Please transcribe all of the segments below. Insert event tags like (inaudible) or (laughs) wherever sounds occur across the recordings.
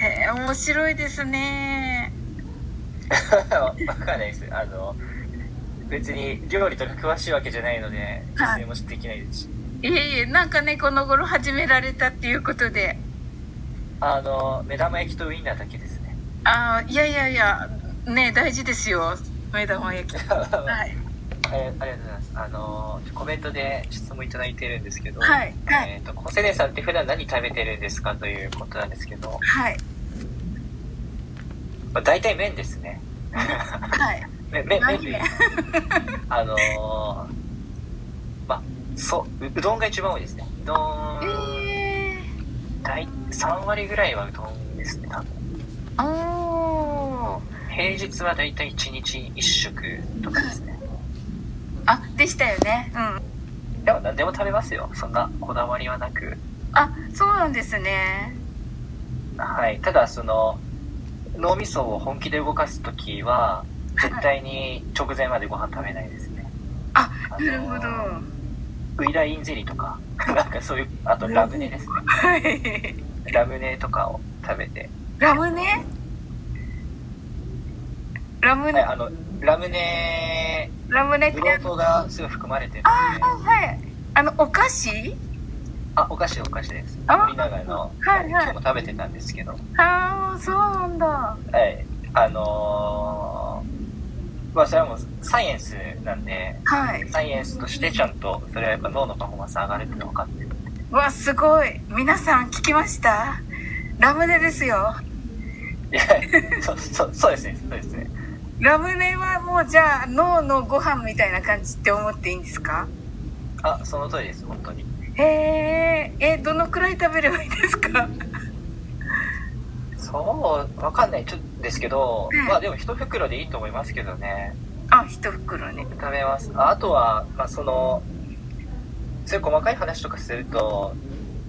え面白いですねわかんないです。あの、別に料理とか詳しいわけじゃないので、はい説明もできないですし。いえいえなんかねこの頃始められたっていうことであの、目玉焼きとウインナーだけですね。あーいやいやいやね大事ですよ目玉焼きはあいりありがとうございます。あの、コメントで質問いただいてるんですけど、はいはいえっ、と、コセネさんって普段何食べてるんですかということなんですけど、はいまあ、大体麺ですね。はい (laughs) 麺、麺、麺類何。あのーまあ、そう、ううどんが一番多いですね。うどん、え大3割ぐらいはうどんですね、多分。ー、おー平日はだいたい1日1食とかですね。あでしたよねうんでも何でも食べますよ。そんなこだわりはなく。あそうなんですねはい。ただ、その、脳みそを本気で動かすときは、絶対に直前までご飯食べないですね。ああなのるほどウイダインゼリーとか、 (laughs) なんかそういう、あとラムネですね。はいラムネとかを食べて。ラムネラムはい、ネあの、ラムネ、ラムネっブてドウ糖がすごい含まれてるんで、あーはいはいあのお菓子あ、お菓子お菓子です。あ森永の、はいはい今日も食べてたんですけど、ああそうなんだはい、あのーまあそれはもうサイエンスなんで、はいサイエンスとしてちゃんと、それはやっぱ脳のパフォーマンス上がるっての分かってる。わすごい皆さん聞きましたラムネですよいや、そう、そう、そうですね、そうですね。ラムネはもうじゃあ脳のご飯みたいな感じって思っていいんですかあ、その通りです、本当に。へーえどのくらい食べればいいですかそう、わかんない、ちょっとですけどうん、まあでも一袋でいいと思いますけどね。あ一袋ね食べます。ああとは、まあその、そういう細かい話とかすると、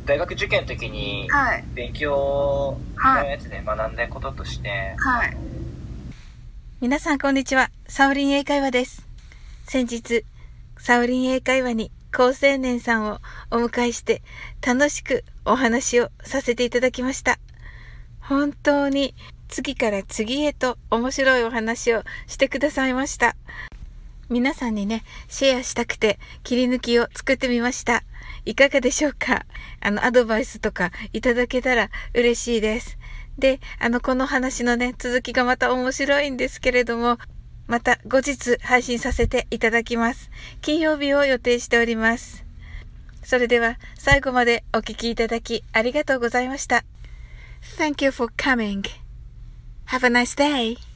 大学受験の時にはい勉強はのいやつで学んだこととして、はい皆さんこんにちは。サオリン英会話です。先日、サオリン英会話に高青年さんをお迎えして楽しくお話をさせていただきました。本当に次から次へと面白いお話をしてくださいました。皆さんにね、シェアしたくて切り抜きを作ってみました。いかがでしょうかあの、アドバイスとかいただけたら嬉しいです。で、あの、この話のね、続きがまた面白いんですけれども、また後日配信させていただきます。金曜日を予定しております。それでは最後までお聞きいただきありがとうございました。Thank you for coming. Have a nice day.